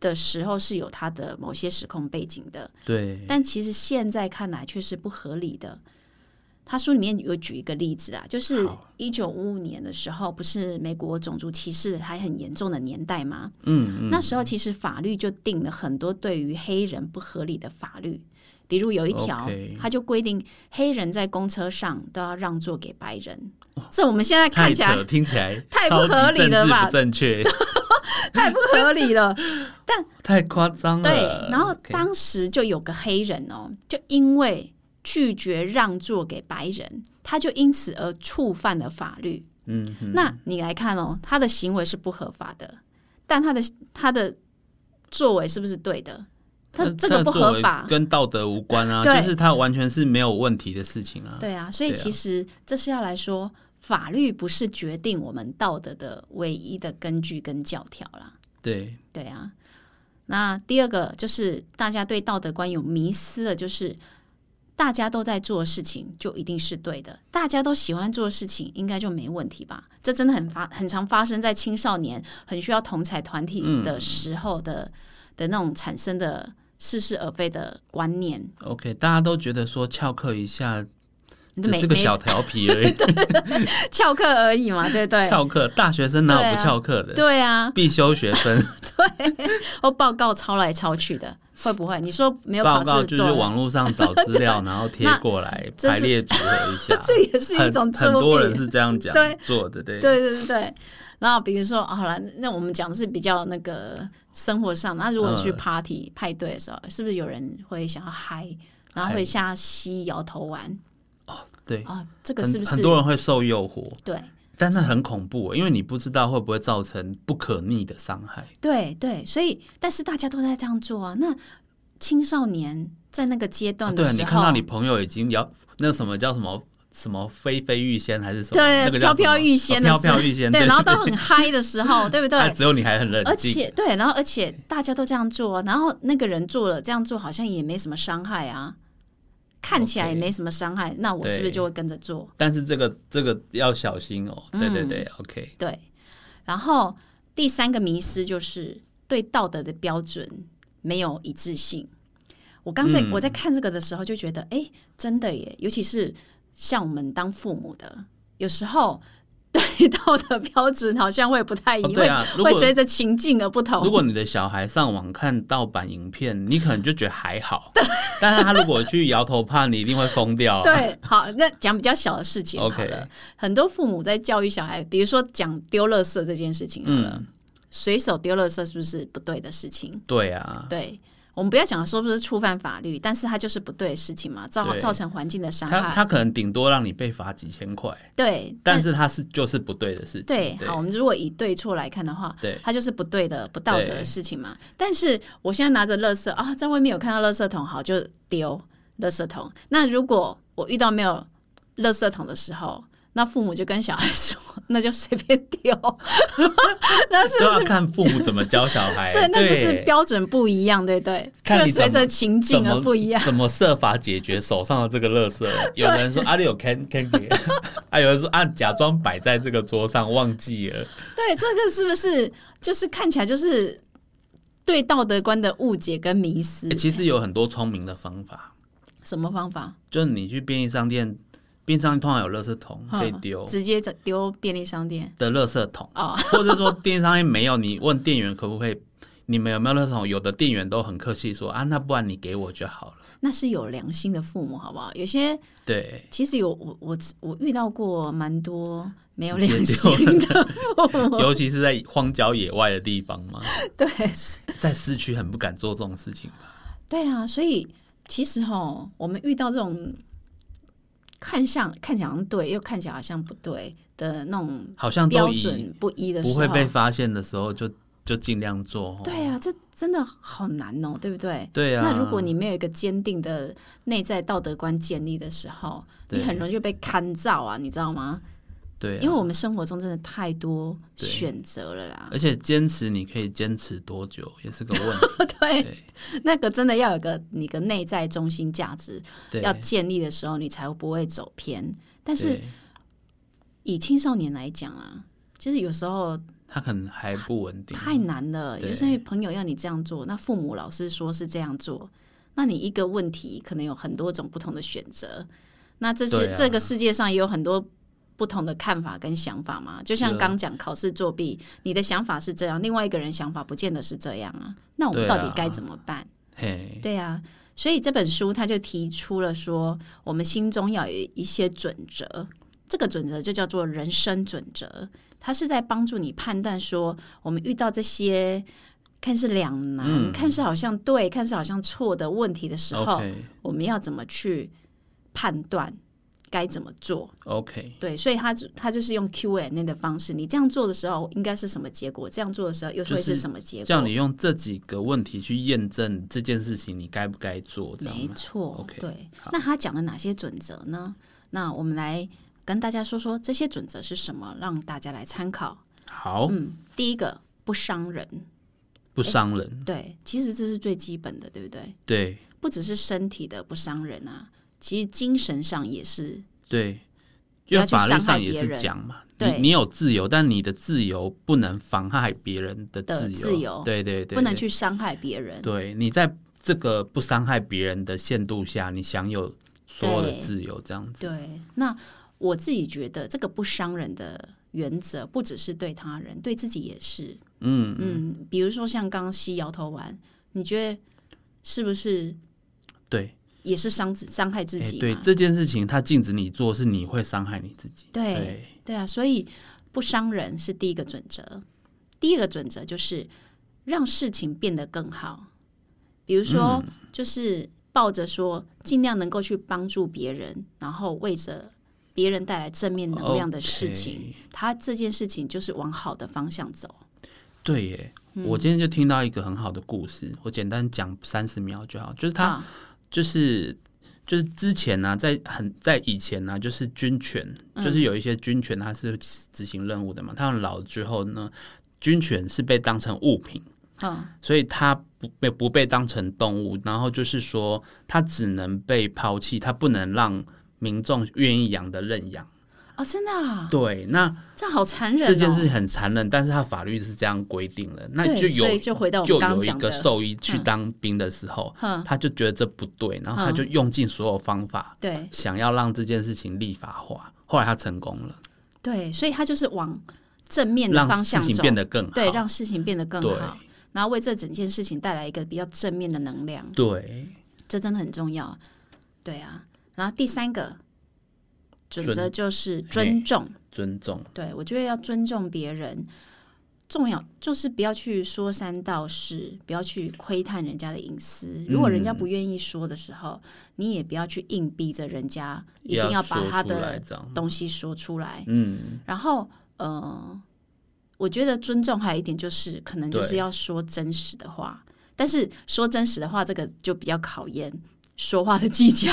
Speaker 2: 的时候是有它的某些时空背景的，
Speaker 1: 对，
Speaker 2: 但其实现在看来却是不合理的。他书里面有举一个例子啊，就是
Speaker 1: 好
Speaker 2: 一九五五年的时候，不是美国种族歧视还很严重的年代吗？
Speaker 1: 嗯嗯，
Speaker 2: 那时候其实法律就定了很多对于黑人不合理的法律，比如有一条
Speaker 1: OK，
Speaker 2: 它就规定黑人在公车上都要让座给白人。这我们现在看
Speaker 1: 哦太
Speaker 2: 起来
Speaker 1: 扯，听起来
Speaker 2: 太不
Speaker 1: 超级
Speaker 2: 合理
Speaker 1: 政
Speaker 2: 了
Speaker 1: 治
Speaker 2: 吧
Speaker 1: 不正确，
Speaker 2: 太不合理了。
Speaker 1: 太夸张了。
Speaker 2: 对，然后
Speaker 1: OK，
Speaker 2: 当时就有个黑人哦，就因为拒绝让座给白人，他就因此而触犯了法律。
Speaker 1: 嗯嗯
Speaker 2: 那你来看哦，他的行为是不合法的，但他的他的作为是不是对的？他
Speaker 1: 那
Speaker 2: 这个
Speaker 1: 那
Speaker 2: 不
Speaker 1: 呃作
Speaker 2: 合
Speaker 1: 为
Speaker 2: 法，
Speaker 1: 跟道德无关 啊，
Speaker 2: 对
Speaker 1: 就是它完全是没有问题的事情啊。
Speaker 2: 对啊，所以
Speaker 1: 对啊
Speaker 2: 其实这是要来说，法律不是决定我们道德的唯一的根据跟教条啦。
Speaker 1: 对，
Speaker 2: 对啊。那第二个就是大家对道德观有迷思的，就是大家都在做事情就一定是对的，大家都喜欢做事情，应该就没问题吧？这真的很发很常发生在青少年很需要同才团体的时候的、的那种产生的似是而非的观念。
Speaker 1: OK，大家都觉得说翘课一下只
Speaker 2: 没
Speaker 1: 是个
Speaker 2: 没
Speaker 1: 小调皮而已，
Speaker 2: 翘课而已嘛， 对不对？
Speaker 1: 翘课大学生哪有
Speaker 2: 对
Speaker 1: 不
Speaker 2: 啊
Speaker 1: 翘课的？
Speaker 2: 对啊，
Speaker 1: 必修学分
Speaker 2: 哦，报告抄来抄去的，会不会？你说 没有考
Speaker 1: 报告
Speaker 2: 试
Speaker 1: 就
Speaker 2: 做
Speaker 1: 是
Speaker 2: 了
Speaker 1: 网络上找 资料，然后贴
Speaker 2: 啊那
Speaker 1: 过来
Speaker 2: 这
Speaker 1: 排
Speaker 2: 是，
Speaker 1: 列组合一下
Speaker 2: 这也是一种
Speaker 1: 很
Speaker 2: 作
Speaker 1: 很多
Speaker 2: 弊
Speaker 1: 人是这样讲
Speaker 2: 对
Speaker 1: 做的，对
Speaker 2: 对对对对。然后比如说，啊好了，那我们讲的是比较那个生活上。那如果去
Speaker 1: 嗯
Speaker 2: party、派对的时候，是不是有人会想要嗨，然后
Speaker 1: 嗨
Speaker 2: 会下西摇头丸
Speaker 1: 对，
Speaker 2: 啊？这个
Speaker 1: 很
Speaker 2: 是不
Speaker 1: 很
Speaker 2: 是？
Speaker 1: 多人会受诱惑，
Speaker 2: 对
Speaker 1: 但是很恐怖，因为你不知道会不会造成不可逆的伤害。
Speaker 2: 对对，所以但是大家都在这样做啊。那青少年在那个阶
Speaker 1: 啊
Speaker 2: 段
Speaker 1: 对
Speaker 2: 的
Speaker 1: 啊，
Speaker 2: 时
Speaker 1: 你
Speaker 2: 候，
Speaker 1: 看到你朋友已经要那什么叫什么什么飞飞欲仙还是什么？
Speaker 2: 对
Speaker 1: 那个叫
Speaker 2: 飘飘
Speaker 1: 什么
Speaker 2: 欲仙的
Speaker 1: 哦飘飘
Speaker 2: 事
Speaker 1: 欲仙，
Speaker 2: 对，然后都很嗨的时候，对 不对？
Speaker 1: 啊只有你还很冷
Speaker 2: 而
Speaker 1: 静。
Speaker 2: 且对，然后而且大家都这样做，然后那个人做了这样做，好像也没什么伤害啊，看起来也
Speaker 1: OK
Speaker 2: 没什么伤害，那我是不
Speaker 1: 对
Speaker 2: 是就会跟着做？
Speaker 1: 但是这个这个要小心哦，对对
Speaker 2: 嗯
Speaker 1: 对，OK，
Speaker 2: 对。然后第三个迷失就是对道德的标准没有一致性。我刚才、
Speaker 1: 嗯
Speaker 2: 我在看这个的时候就觉得，哎，真的耶！尤其是像我们当父母的，有时候对 道德标准好像会不太一
Speaker 1: 哦
Speaker 2: 样，
Speaker 1: 对啊，如
Speaker 2: 哎会
Speaker 1: 果
Speaker 2: 会随着情境而不同。
Speaker 1: 如果你的小孩上网看盗版影片，你可能就觉得还好，但是他如果去摇头怕，你一定会疯掉、啊。
Speaker 2: 对，好，那讲比较小的事情好了。
Speaker 1: OK
Speaker 2: 很多父母在教育小孩，比如说讲丢垃圾这件事情好了，
Speaker 1: 嗯，
Speaker 2: 随手丢垃圾是不是不对的事情？
Speaker 1: 对啊，
Speaker 2: 对，我们不要讲说不是触犯法律，但是它就是不对的事情嘛，造
Speaker 1: 对
Speaker 2: 造成环境的伤
Speaker 1: 他
Speaker 2: 害。
Speaker 1: 他可能顶多让你被罚几千块，
Speaker 2: 对，
Speaker 1: 但是他是就是不对的事情。
Speaker 2: 对
Speaker 1: 对，，
Speaker 2: 好，我们如果以对错来看的话，
Speaker 1: 对
Speaker 2: 它就是不对的、不道德
Speaker 1: 对
Speaker 2: 的事情嘛。但是我现在拿着垃圾啊，在外面有看到垃圾桶，好就丢垃圾桶。那如果我遇到没有垃圾桶的时候，那父母就跟小孩说， 那就随便丢， 那是
Speaker 1: 都
Speaker 2: 不
Speaker 1: 要
Speaker 2: 是？
Speaker 1: 看父母怎么教小孩。
Speaker 2: 所以那就是
Speaker 1: 对
Speaker 2: 标准不一样，对不对？
Speaker 1: 看
Speaker 2: 所
Speaker 1: 你
Speaker 2: 以随
Speaker 1: 怎
Speaker 2: 着
Speaker 1: 么
Speaker 2: 情
Speaker 1: 怎
Speaker 2: 境而啊
Speaker 1: 么
Speaker 2: 不一样。
Speaker 1: 怎么设法解决手上的这个垃圾？ 有人说阿里有 can can 给， 啊，有人说啊假装摆在这个桌上忘记了，
Speaker 2: 对，这个是不是就是看起来就是对道德观的误解跟迷思？
Speaker 1: 欸其实有很多聪明的方法，
Speaker 2: 什么方法？
Speaker 1: 就是你去便利商店，便利商店通常有垃圾桶可以
Speaker 2: 嗯
Speaker 1: 丢
Speaker 2: 直接丢便利商店
Speaker 1: 的垃圾桶，
Speaker 2: 哦，
Speaker 1: 或者说电商店没有，你问店员可不可以？你们有没有垃圾桶？有的店员都很客气说啊，那不然你给我就好了。
Speaker 2: 那是有良心的父母，好不好？有些
Speaker 1: 对，
Speaker 2: 其实有我我我遇到过蛮多没有
Speaker 1: 直接
Speaker 2: 良心的 父母，
Speaker 1: 尤其是在荒郊野外的地方嘛，
Speaker 2: 对
Speaker 1: 在市区很不敢做这种事情吧？
Speaker 2: 对啊，所以其实哈，我们遇到这种啊看像看起来好像对，又看起来好像不对的那种
Speaker 1: 好像都
Speaker 2: 标
Speaker 1: 以
Speaker 2: 准不一的时
Speaker 1: 不
Speaker 2: 候，
Speaker 1: 会被哦发现的时候就就尽量做哦。
Speaker 2: 对啊，这真的好难哦，对不对？
Speaker 1: 对啊，
Speaker 2: 那如果你没有一个坚定的内在道德观建立的时候，
Speaker 1: 对
Speaker 2: 你很容易就被看照啊，你知道吗？
Speaker 1: 对啊、
Speaker 2: 因为我们生活中真的太多
Speaker 1: 对
Speaker 2: 选择 了啦。
Speaker 1: 而且坚持你可以坚持多久也是个问题。
Speaker 2: 对，
Speaker 1: 对
Speaker 2: 那个真的要有个你的内在中心价值
Speaker 1: 对，
Speaker 2: 要建立的时候，你才不会走偏。但是
Speaker 1: 对
Speaker 2: 以青少年来讲啊，就是有时候
Speaker 1: 他可能还不稳定。
Speaker 2: 太难了，
Speaker 1: 对
Speaker 2: 有些朋友要你这样做，那父母、老师说是这样做，那你一个问题可能有很多种不同的选择。那这是、
Speaker 1: 对啊
Speaker 2: 这个世界上也有很多不同的看法跟想法嘛？就像刚讲考试作弊，你的想法是这样，另外一个人想法不见得是这样啊。那我们
Speaker 1: 对
Speaker 2: 到
Speaker 1: 啊
Speaker 2: 底该怎么办？
Speaker 1: 嘿，
Speaker 2: 对啊，所以这本书他就提出了说，我们心中要有一些准则，这个准则就叫做人生准则，它是在帮助你判断说，我们遇到这些看似两难、看似好像对、看似好像错的问题的时候
Speaker 1: 嗯 OK
Speaker 2: 我们要怎么去判断该怎么做。
Speaker 1: OK，
Speaker 2: 对，所以他就他就是用 Q&A 的方式，你这样做的时候应该是什么结果？这样做的时候又会是什么结果？
Speaker 1: 叫你用这几个问题去验证这件事情你该不该做，这样
Speaker 2: 没
Speaker 1: 吗？
Speaker 2: 错
Speaker 1: OK，
Speaker 2: 对。
Speaker 1: 好
Speaker 2: 那他讲了哪些准则呢？那我们来跟大家说说这些准则是什么，让大家来参考。
Speaker 1: 好，
Speaker 2: 嗯，第一个不伤人，
Speaker 1: 不伤人，
Speaker 2: 对，其实这是最基本的，对不对？
Speaker 1: 对
Speaker 2: 不只是身体的不伤人啊，其实精神上也是
Speaker 1: 对，
Speaker 2: 不
Speaker 1: 因
Speaker 2: 要
Speaker 1: 为
Speaker 2: 去
Speaker 1: 法律
Speaker 2: 伤害
Speaker 1: 上也
Speaker 2: 别
Speaker 1: 是
Speaker 2: 人
Speaker 1: 讲嘛，你
Speaker 2: 对
Speaker 1: 你有自由，但你的自由不能妨害别人的
Speaker 2: 的
Speaker 1: 自由，
Speaker 2: 自由
Speaker 1: 对对对，
Speaker 2: 不能
Speaker 1: 对
Speaker 2: 去伤害别人。
Speaker 1: 对你在这个不伤害别人的限度下，你享有所有的
Speaker 2: 对
Speaker 1: 自由，这样子，
Speaker 2: 对，那我自己觉得这个不伤人的原则，不只是对他人，对自己也是。嗯嗯，比如说像刚吸摇头丸，你觉得是不是
Speaker 1: 对，
Speaker 2: 也是伤自伤害自
Speaker 1: 哎
Speaker 2: 己
Speaker 1: 对
Speaker 2: 嘛？
Speaker 1: 这件事情，他禁止你做，是你会伤害你自己，
Speaker 2: 对
Speaker 1: 对
Speaker 2: 对啊，所以不伤人是第一个准则。第二个准则就是让事情变得更好，比如说，
Speaker 1: 嗯
Speaker 2: 就是抱着说尽量能够去帮助别人，然后为着别人带来正面能量的事情。
Speaker 1: 哦 OK
Speaker 2: 他这件事情就是往好的方向走。
Speaker 1: 对耶，
Speaker 2: 嗯
Speaker 1: 我今天就听到一个很好的故事，我简单讲三十秒就好。就是他，
Speaker 2: 啊
Speaker 1: 就是就是之前呢、在很在以前呢、就是军犬，
Speaker 2: 嗯
Speaker 1: 就是有一些军犬它是执行任务的嘛，它们老了之后呢，军犬是被当成物品，
Speaker 2: 嗯，
Speaker 1: 所以它不被不被当成动物，然后就是说它只能被抛弃，它不能让民众愿意养的认养。
Speaker 2: 哦，真的、啊，
Speaker 1: 对，那
Speaker 2: 这样好残忍、哦。
Speaker 1: 这件事情很残忍，但是它法律是这样规定的，那就
Speaker 2: 对，
Speaker 1: 有
Speaker 2: 所以就回到我
Speaker 1: 就
Speaker 2: 们刚刚
Speaker 1: 有一
Speaker 2: 讲
Speaker 1: 个
Speaker 2: 的，
Speaker 1: 兽医去当兵的时候，
Speaker 2: 哼，
Speaker 1: 他就觉得这不对，然后他
Speaker 2: 嗯
Speaker 1: 就用尽所有方法，
Speaker 2: 对
Speaker 1: 想要让这件事情立法化。后来他成功了，
Speaker 2: 对，所以他就是往正面的
Speaker 1: 让
Speaker 2: 方
Speaker 1: 事
Speaker 2: 向
Speaker 1: 情
Speaker 2: 走，
Speaker 1: 变得更好。
Speaker 2: 对，让事情变得更
Speaker 1: 对
Speaker 2: 好，然后为这整件事情带来一个比较正面的能量，
Speaker 1: 对
Speaker 2: 这真的很重要。对啊，然后第三个准则就是尊重，
Speaker 1: 尊重，
Speaker 2: 对我觉得要尊重别人。重要就是不要去说三道四，不要去窥探人家的隐私。如果人家
Speaker 1: 嗯
Speaker 2: 不愿意说的时候，你也不要去硬逼着人家一定
Speaker 1: 要
Speaker 2: 把他
Speaker 1: 说出来
Speaker 2: 的
Speaker 1: 这样。
Speaker 2: 东西说出来。
Speaker 1: 嗯，
Speaker 2: 然后，呃，我觉得尊重还有一点就是，可能就是
Speaker 1: 对
Speaker 2: 要说真实的话。但是说真实的话，这个就比较考验说话的技巧。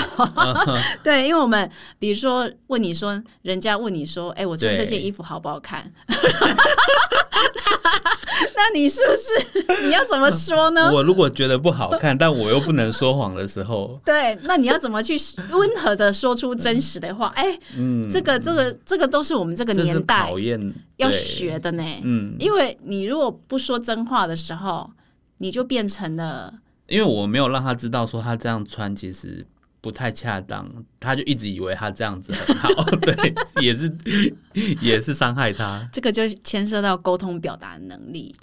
Speaker 2: 对，因为我们比如说问你说，人家问你说，哎、我穿这件
Speaker 1: 对
Speaker 2: 衣服好不好看？ 那那你是不是你要怎么说呢？
Speaker 1: 嗯我如果觉得不好 看，但我又不能说谎的时候，
Speaker 2: 对，那你要怎么去温和的说出真实的话？哎、
Speaker 1: 嗯，
Speaker 2: 这个、这个、这个都是我们这个
Speaker 1: 这是
Speaker 2: 年代
Speaker 1: 考验
Speaker 2: 要
Speaker 1: 对
Speaker 2: 学的呢。
Speaker 1: 嗯，
Speaker 2: 因为你如果不说真话的时候，你就变成了
Speaker 1: 因为我没有让他知道说他这样穿其实不太恰当，他就一直以为他这样子很 好，对，也是也是伤害他。
Speaker 2: 这个就牵涉到沟通表达能力。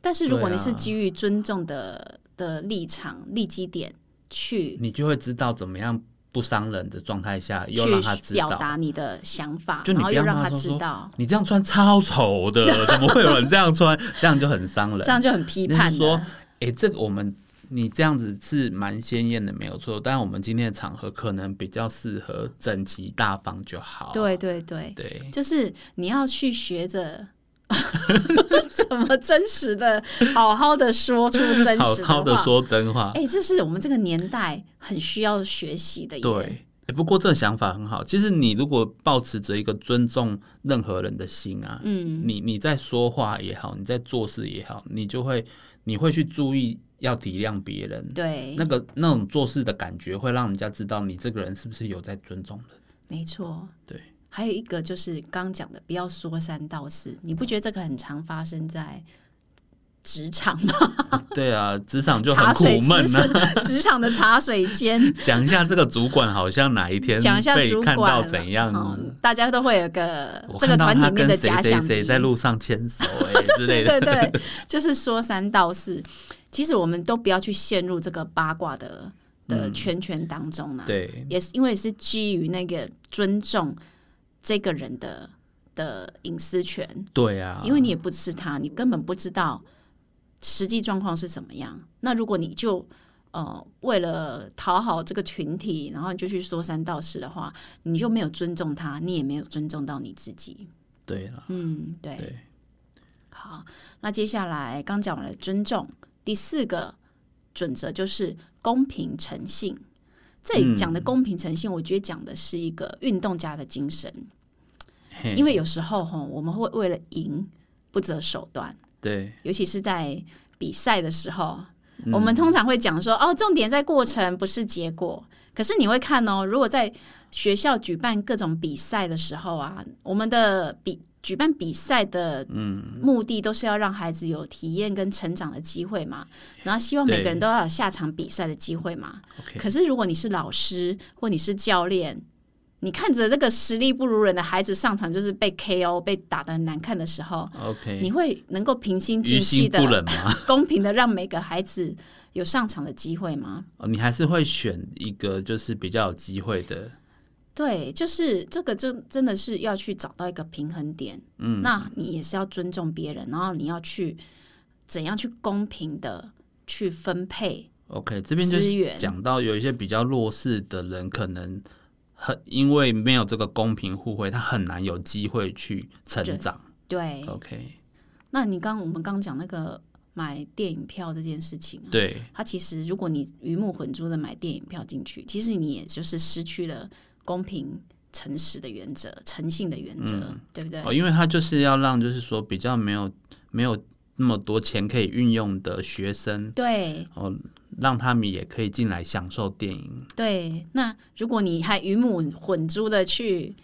Speaker 2: 但是如果
Speaker 1: 对
Speaker 2: 你
Speaker 1: 啊
Speaker 2: 是基于尊重的、的立场、立基点去
Speaker 1: 你就会知道怎么样不伤人的状态下，又让他
Speaker 2: 去
Speaker 1: 知
Speaker 2: 表
Speaker 1: 道。
Speaker 2: 达你的想法，
Speaker 1: 就你
Speaker 2: 然
Speaker 1: 不
Speaker 2: 后
Speaker 1: 要
Speaker 2: 又让
Speaker 1: 骂
Speaker 2: 他
Speaker 1: 他
Speaker 2: 知
Speaker 1: 说
Speaker 2: 道，
Speaker 1: 你这样穿超丑的，怎么会有人这样穿？这样就很伤人。
Speaker 2: 这样就很批
Speaker 1: 就是
Speaker 2: 判
Speaker 1: 说
Speaker 2: 了。，
Speaker 1: 哎、这个我们你这样子是蛮鲜艳的，没有错。但我们今天的场合可能比较适合整齐大方就好。
Speaker 2: 对对对，
Speaker 1: 对，
Speaker 2: 就是你要去学着 怎么真实的、好好的说出真实的
Speaker 1: 好
Speaker 2: 话。
Speaker 1: 好的说真话。
Speaker 2: 哎、这是我们这个年代很需要学习的。
Speaker 1: 对，，诶不过这个想法很好。其实你如果保持着一个尊重任何人的心啊，
Speaker 2: 嗯，
Speaker 1: 你你在说话也好，你在做事也好，你就会你会去注意要体谅别人。
Speaker 2: 对，
Speaker 1: 那个那种做事的感觉，会让人家知道你这个人是不是有在尊重人。
Speaker 2: 没错。
Speaker 1: 对，
Speaker 2: 还有一个就是刚讲的，不要说三道四。你不觉得这个很常发生在职场吗？
Speaker 1: 对啊，职场 就很
Speaker 2: 哦茶
Speaker 1: 苦
Speaker 2: 水
Speaker 1: 闷啊。
Speaker 2: 职 职场的茶水 间。
Speaker 1: 讲一下这个主管好像哪一天
Speaker 2: 讲一下
Speaker 1: 被
Speaker 2: 主
Speaker 1: 看到
Speaker 2: 管
Speaker 1: 怎样？
Speaker 2: 哦大家都会有个
Speaker 1: 我
Speaker 2: 这个
Speaker 1: 看到
Speaker 2: 团
Speaker 1: 他
Speaker 2: 里面
Speaker 1: 跟
Speaker 2: 的
Speaker 1: 谁
Speaker 2: 假
Speaker 1: 谁
Speaker 2: 想
Speaker 1: 谁
Speaker 2: 敌。
Speaker 1: 在路上牵手哎、之类的。
Speaker 2: 对对， 就是说三道四。其实我们都不要去陷入这个八卦的的
Speaker 1: 嗯
Speaker 2: 圈圈当中啊啦、
Speaker 1: 对
Speaker 2: 也是因为是基于那个尊重这个人的的隐私权，
Speaker 1: 对啊，
Speaker 2: 因为你也不是他，你根本不知道实际状况是怎么样。那如果你就呃为了讨好这个群体，然后你就去说三道四的话，你就没有尊重他，你也没有尊重到你自己。
Speaker 1: 对了，
Speaker 2: 嗯，对。
Speaker 1: 对
Speaker 2: 好，那接下来刚讲完了尊重，第四个准则就是公平诚信。这里讲的公平诚信，我觉得讲的是一个运动家的精神，
Speaker 1: 嘿
Speaker 2: 因为有时候哈，我们会为了赢不择手段，
Speaker 1: 对
Speaker 2: 尤其是在比赛的时候，我们通常会讲说哦，重点在过程，不是结果。可是你会看哦，如果在学校举办各种比赛的时候啊，我们的比举办比赛的目的都是要让孩子有体验跟成长的机会嘛，然后希望每个人都要有下场比赛的机会嘛。
Speaker 1: ，OK，
Speaker 2: 可是如果你是老师或你是教练，你看着这个实力不如人的孩子上场就是被 KO 被打得很难看的时候，
Speaker 1: OK，
Speaker 2: 你会能够平心
Speaker 1: 于
Speaker 2: 静气
Speaker 1: 心
Speaker 2: 的
Speaker 1: 不忍嘛，
Speaker 2: 公平的让每个孩子有上场的机会吗？
Speaker 1: 哦你还是会选一个就是比较有机会的，
Speaker 2: 对，就是这个，就真的是要去找到一个平衡点。嗯，那你也是要尊重别人，然后你要去怎样去公平的去分配。
Speaker 1: OK，这边就
Speaker 2: 资
Speaker 1: 是
Speaker 2: 源
Speaker 1: 讲到有一些比较弱势的人，可能很因为没有这个公平互惠，他很难有机会去成长。
Speaker 2: 对，
Speaker 1: OK，
Speaker 2: 那你刚我们刚讲那个买电影票这件事情啊，
Speaker 1: 对
Speaker 2: 它其实如果你鱼目混珠的买电影票进去，其实你也就是失去了公平、诚实的原则、诚信的原则，对不对？
Speaker 1: 哦，因为他就是要让就是说比较没有没有那么多钱可以运用的学生，
Speaker 2: 对，
Speaker 1: 哦，让他们也可以进来享受电影。
Speaker 2: 对，那如果你还鱼目混珠的去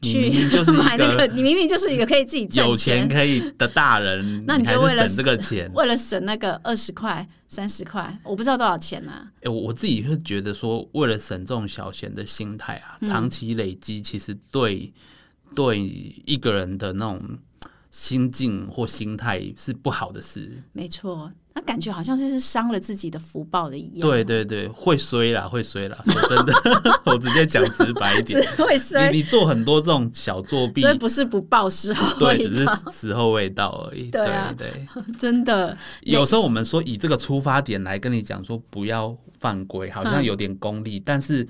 Speaker 1: 你
Speaker 2: 去
Speaker 1: 明明就是一
Speaker 2: 买那
Speaker 1: 个
Speaker 2: 个，你明明就是一个可以自己赚
Speaker 1: 有钱可以的大人，
Speaker 2: 那你
Speaker 1: 还
Speaker 2: 就是为了
Speaker 1: 省这个钱。
Speaker 2: 为了省那个二十块、三十块，我不知道多少钱啊。
Speaker 1: 哎、我我自己会觉得说，为了省这种小钱的心态啊，
Speaker 2: 嗯
Speaker 1: 长期累积，其实对对一个人的那种心境或心态是不好的事。
Speaker 2: 没错，那感觉好像就是伤了自己的福报的一样。啊
Speaker 1: 对，对对，会衰啦，会衰啦。说真的， 我直接讲直白一
Speaker 2: 只
Speaker 1: 点，
Speaker 2: 会衰，
Speaker 1: 你你做很多这种小作弊
Speaker 2: 所，以不是不报时 候
Speaker 1: 对，
Speaker 2: 味
Speaker 1: 只是
Speaker 2: 道，
Speaker 1: 时候未到而已。
Speaker 2: 对啊
Speaker 1: 对对，
Speaker 2: 真的。
Speaker 1: 有时候我们说以这个出发点来跟你讲说不要犯规，好像有点功利，但是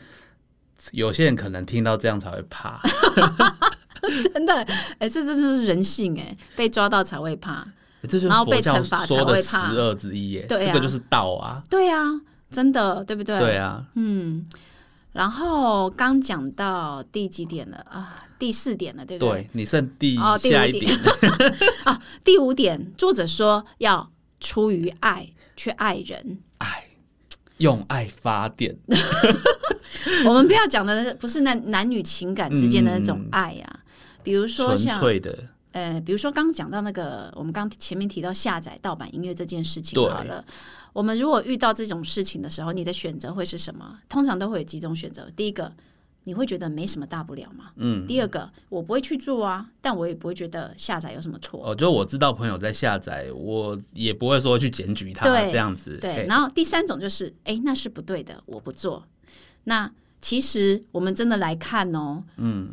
Speaker 1: 有些人可能听到这样才会 怕。
Speaker 2: 真的，哎、这真的是人性哎，被抓到才会怕。
Speaker 1: 欸这就是
Speaker 2: 然后被
Speaker 1: 佛教
Speaker 2: 惩罚才
Speaker 1: 说的
Speaker 2: 会
Speaker 1: 十
Speaker 2: 怕
Speaker 1: 恶之一耶，
Speaker 2: 对
Speaker 1: 这
Speaker 2: 啊
Speaker 1: 个就是道啊。
Speaker 2: 对啊，真的对不对？
Speaker 1: 对啊，
Speaker 2: 嗯，然后刚讲到第几点了啊？第四点了，对不
Speaker 1: 对你剩第
Speaker 2: 哦第五
Speaker 1: 下一
Speaker 2: 点
Speaker 1: 点，
Speaker 2: 啊，第五点，作者说要出于爱去爱人。
Speaker 1: 爱用爱发电，
Speaker 2: 我们不要讲的不是男男女情感之间的那种
Speaker 1: 嗯
Speaker 2: 爱啊，比如说
Speaker 1: 纯
Speaker 2: 像
Speaker 1: 粹的，
Speaker 2: 呃，比如说刚刚讲到那个，我们刚前面提到下载盗版音乐这件事情
Speaker 1: 对
Speaker 2: 好了。我们如果遇到这种事情的时候，你的选择会是什么？通常都会有几种选择。第一个，你会觉得没什么大不了嘛？嗯。第二个，我不会去做啊，但我也不会觉得下载有什么错。
Speaker 1: 哦，就我知道朋友在下载，我也不会说去检举他
Speaker 2: 对
Speaker 1: 这样子，
Speaker 2: 对。
Speaker 1: 嘿，
Speaker 2: 然后第三种就是，诶，那是不对的，我不做。那其实我们真的来看哦，嗯，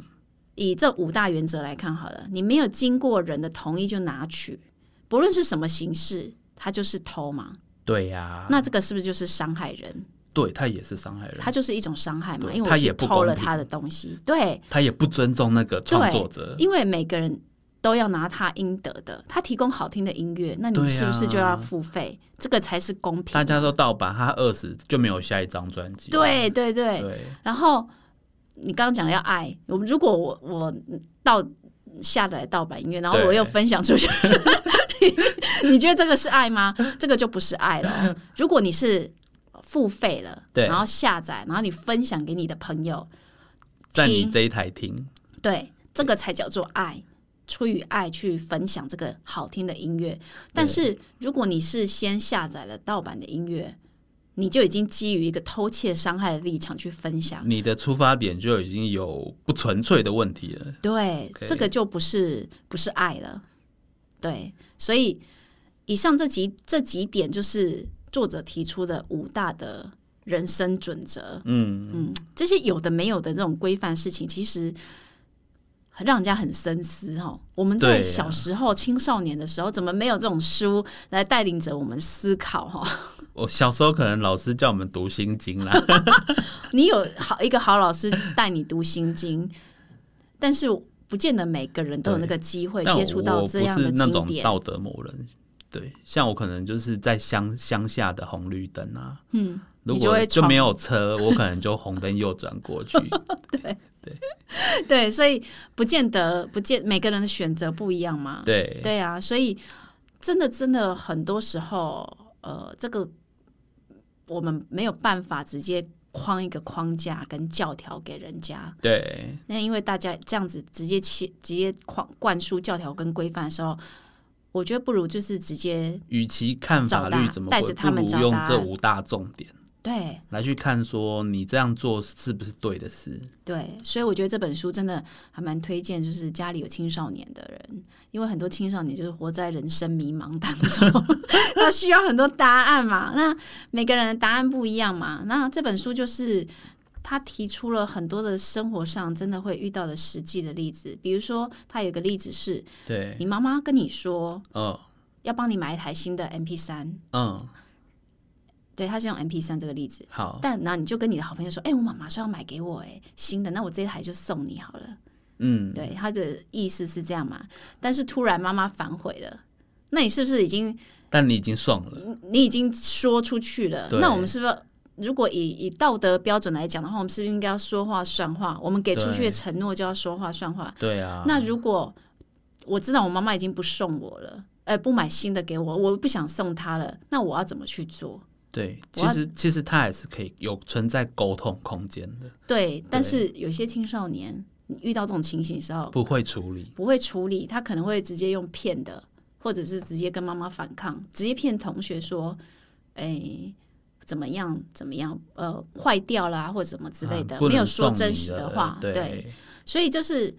Speaker 2: 以这五大原则来看好了，你没有经过人的同意就拿取，不论是什么形式，它就是偷嘛。
Speaker 1: 对呀，
Speaker 2: 那这个是不是就是伤害人？
Speaker 1: 啊对他也是伤害人，
Speaker 2: 它就是一种伤害嘛，
Speaker 1: 对
Speaker 2: 因为我
Speaker 1: 它
Speaker 2: 去
Speaker 1: 也不
Speaker 2: 偷了
Speaker 1: 公平
Speaker 2: 他的东西。对，
Speaker 1: 他也不尊重那个创
Speaker 2: 对
Speaker 1: 作者，
Speaker 2: 因为每个人都要拿他应得的，他提供好听的音乐，那
Speaker 1: 对
Speaker 2: 你
Speaker 1: 啊
Speaker 2: 是不是就要付费？这个才是公平
Speaker 1: 大。家都盗版，他饿死就没有下一张专辑，
Speaker 2: 对对对。
Speaker 1: 对，
Speaker 2: 然后你刚刚讲要爱，我如果我我到下载盗版音乐，然后
Speaker 1: 对
Speaker 2: 我又分 享出去。你你觉得这个是爱吗？这个就不是爱了。哦如果你是付费了，
Speaker 1: 对
Speaker 2: 然后下载，然后你分享给你的朋友，
Speaker 1: 在你
Speaker 2: 听
Speaker 1: 这一台听，
Speaker 2: 对，这个才叫做爱，出于爱去分享这个好听的音乐。但是如果你是先下载了盗版的音乐，你就已经基于一个偷窃伤害的立场去分享，
Speaker 1: 你的出发点就已经有不纯粹的问题了，
Speaker 2: 对
Speaker 1: OK
Speaker 2: 这个就不是不是爱了。对，所以以上这几这几点就是作者提出的五大的人生准则。
Speaker 1: 嗯，
Speaker 2: 嗯，这些有的没有的这种规范事情，其实很让人家很深思哦。我们
Speaker 1: 对
Speaker 2: 在
Speaker 1: 啊
Speaker 2: 小时候、青少年的时候，怎么没有这种书来带领着我们思考哦哈？
Speaker 1: 我小时候可能老师叫我们读心经啦，
Speaker 2: 你有好一个好老师带你读心经，但是不见得每个人都有那个机会
Speaker 1: 但
Speaker 2: 接触
Speaker 1: 我
Speaker 2: 到
Speaker 1: 我
Speaker 2: 这
Speaker 1: 不
Speaker 2: 样的
Speaker 1: 是那
Speaker 2: 经
Speaker 1: 种
Speaker 2: 典。
Speaker 1: 道德魔人，对，像我可能就是在乡乡下的红绿灯啊，
Speaker 2: 嗯，
Speaker 1: 如
Speaker 2: 你就
Speaker 1: 果
Speaker 2: 会
Speaker 1: 就
Speaker 2: 闯
Speaker 1: 没有车，我可能就红灯右转过去，
Speaker 2: 对，所以不见得不见每个人的选择不一样嘛。
Speaker 1: 对，
Speaker 2: 对啊，所以真的真的很多时候，呃，这个我们没有办法直接框一个框架跟教条给人家。
Speaker 1: 对，
Speaker 2: 那因为大家这样子直接切直接框灌输教条跟规范的时候，我觉得不如就是直接
Speaker 1: 与其看法律怎么
Speaker 2: 找答
Speaker 1: 会，
Speaker 2: 带着他们
Speaker 1: 不
Speaker 2: 找
Speaker 1: 如用
Speaker 2: 答案
Speaker 1: 这五大重点
Speaker 2: 对
Speaker 1: 来去看，说你这样做是不是对的事？
Speaker 2: 对，所以我觉得这本书真的还蛮推荐，就是家里有青少年的人，因为很多青少年就是活在人生迷茫当中， 他需要很多答案嘛。那每个人的答案不一样嘛。那这本书就是他提出了很多的生活上真的会遇到的实际的例子，比如说他有一个例子是，
Speaker 1: 对，
Speaker 2: 你妈妈跟你说
Speaker 1: 嗯
Speaker 2: 要帮你买一台新的 MP 三，
Speaker 1: 嗯，
Speaker 2: 对，他是用 MP 三这个例子。
Speaker 1: 好，
Speaker 2: 但然后你就跟你的好朋友说：“哎、我妈妈说要买给我哎、新的，那我这一台就送你好了。”
Speaker 1: 嗯，
Speaker 2: 对，他的意思是这样嘛。但是突然妈妈反悔了，那你是不是已经
Speaker 1: 但你已经爽了，
Speaker 2: 你已经说出去了？
Speaker 1: 对
Speaker 2: 那我们是不是如果以以道德标准来讲的话，我们是不是应该要说话算话？我们给出去
Speaker 1: 对
Speaker 2: 的承诺就要说话算话。
Speaker 1: 对啊，
Speaker 2: 那如果我知道我妈妈已经不送我了，呃，不买新的给我，我不想送她了，那我要怎么去做？
Speaker 1: 对，
Speaker 2: 我
Speaker 1: 其
Speaker 2: 要
Speaker 1: 实其实它还是可以有存在沟通空间的，
Speaker 2: 对，但是有些青少年你遇到这种情形的时候，
Speaker 1: 不会处理，
Speaker 2: 不会处理，他可能会直接用骗的，或者是直接跟妈妈反抗，直接骗同学说，哎、怎么样怎么样，呃，坏掉啦、或者什么之类的，
Speaker 1: 啊不
Speaker 2: 没有
Speaker 1: 能
Speaker 2: 说
Speaker 1: 送
Speaker 2: 真
Speaker 1: 你
Speaker 2: 实
Speaker 1: 的
Speaker 2: 的话，
Speaker 1: 对，
Speaker 2: 所以就是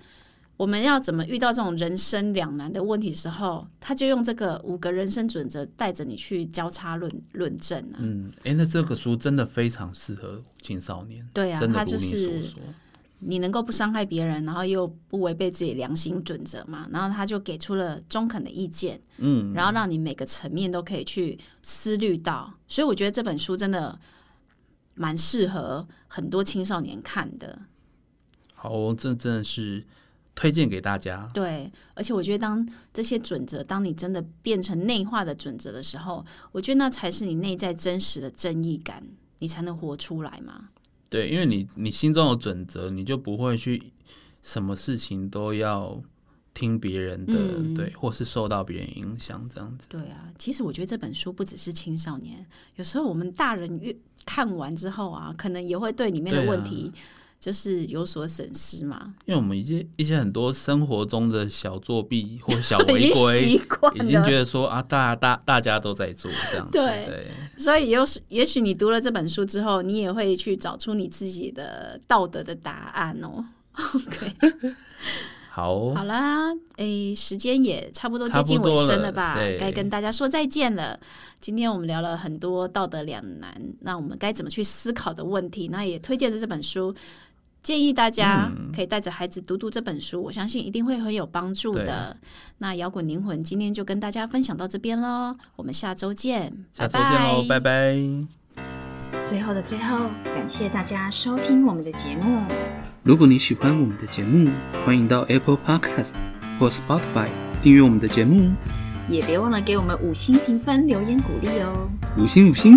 Speaker 2: 我们要怎么遇到这种人生两难的问题时候，他就用这个五个人生准则带着你去交叉论论证啊，
Speaker 1: 嗯，哎、那这个书真的非常适合青少年，
Speaker 2: 对啊，
Speaker 1: 真的
Speaker 2: 他
Speaker 1: 如
Speaker 2: 就
Speaker 1: 你
Speaker 2: 是
Speaker 1: 所说，
Speaker 2: 你能够不伤害别人，然后又不违背自己良心准则嘛？然后他就给出了中肯的意见，嗯，然后让你每个层面都可以去思虑到。所以我觉得这本书真的蛮适合很多青少年看的，
Speaker 1: 好，这真的是推荐给大家，
Speaker 2: 对。而且我觉得，当这些准则，当你真的变成内化的准则的时候，我觉得那才是你内在真实的正义感。你才能活出来嘛。
Speaker 1: 对，因为你你心中有准则，你就不会去什么事情都要听别人的，
Speaker 2: 嗯
Speaker 1: 对，或是受到别人影响这样子。
Speaker 2: 对啊，其实我觉得这本书不只是青少年，有时候我们大人越看完之后啊，可能也会对里面的
Speaker 1: 对啊
Speaker 2: 问题就是有所审视嘛。
Speaker 1: 因为我们一些一些很多生活中的小作弊或小
Speaker 2: 已经
Speaker 1: 啊违
Speaker 2: 习
Speaker 1: 规，
Speaker 2: 惯
Speaker 1: 已经
Speaker 2: 了，
Speaker 1: 觉得说啊，大大大家都在做这样子，
Speaker 2: 对
Speaker 1: 对
Speaker 2: 所以有时也许你读了这本书之后，你也会去找出你自己的道德的答案哦。OK，
Speaker 1: 好哦，
Speaker 2: 好啦，诶，时间也差不多接
Speaker 1: 差不
Speaker 2: 近尾
Speaker 1: 多
Speaker 2: 声
Speaker 1: 了
Speaker 2: 了吧，
Speaker 1: 对
Speaker 2: 该跟大家说再见了。今天我们聊了很多道德两难，那我们该怎么去思考的问题，那也推荐了这本书。建议大家
Speaker 1: 嗯
Speaker 2: 可以带着孩子读读这本书，我相信一定会很有帮助的。那摇滚灵魂今天就跟大家分享到这边喽，我们下周见，
Speaker 1: 下周见喽，拜拜。
Speaker 3: 最后的最后，感谢大家收听我们的节目。
Speaker 1: 如果你喜欢我们的节目，欢迎到 Apple Podcast 或 Spotify 订阅我们的节目，
Speaker 3: 也别忘了给我们五星评分、留言鼓励哦。
Speaker 1: 五星五星，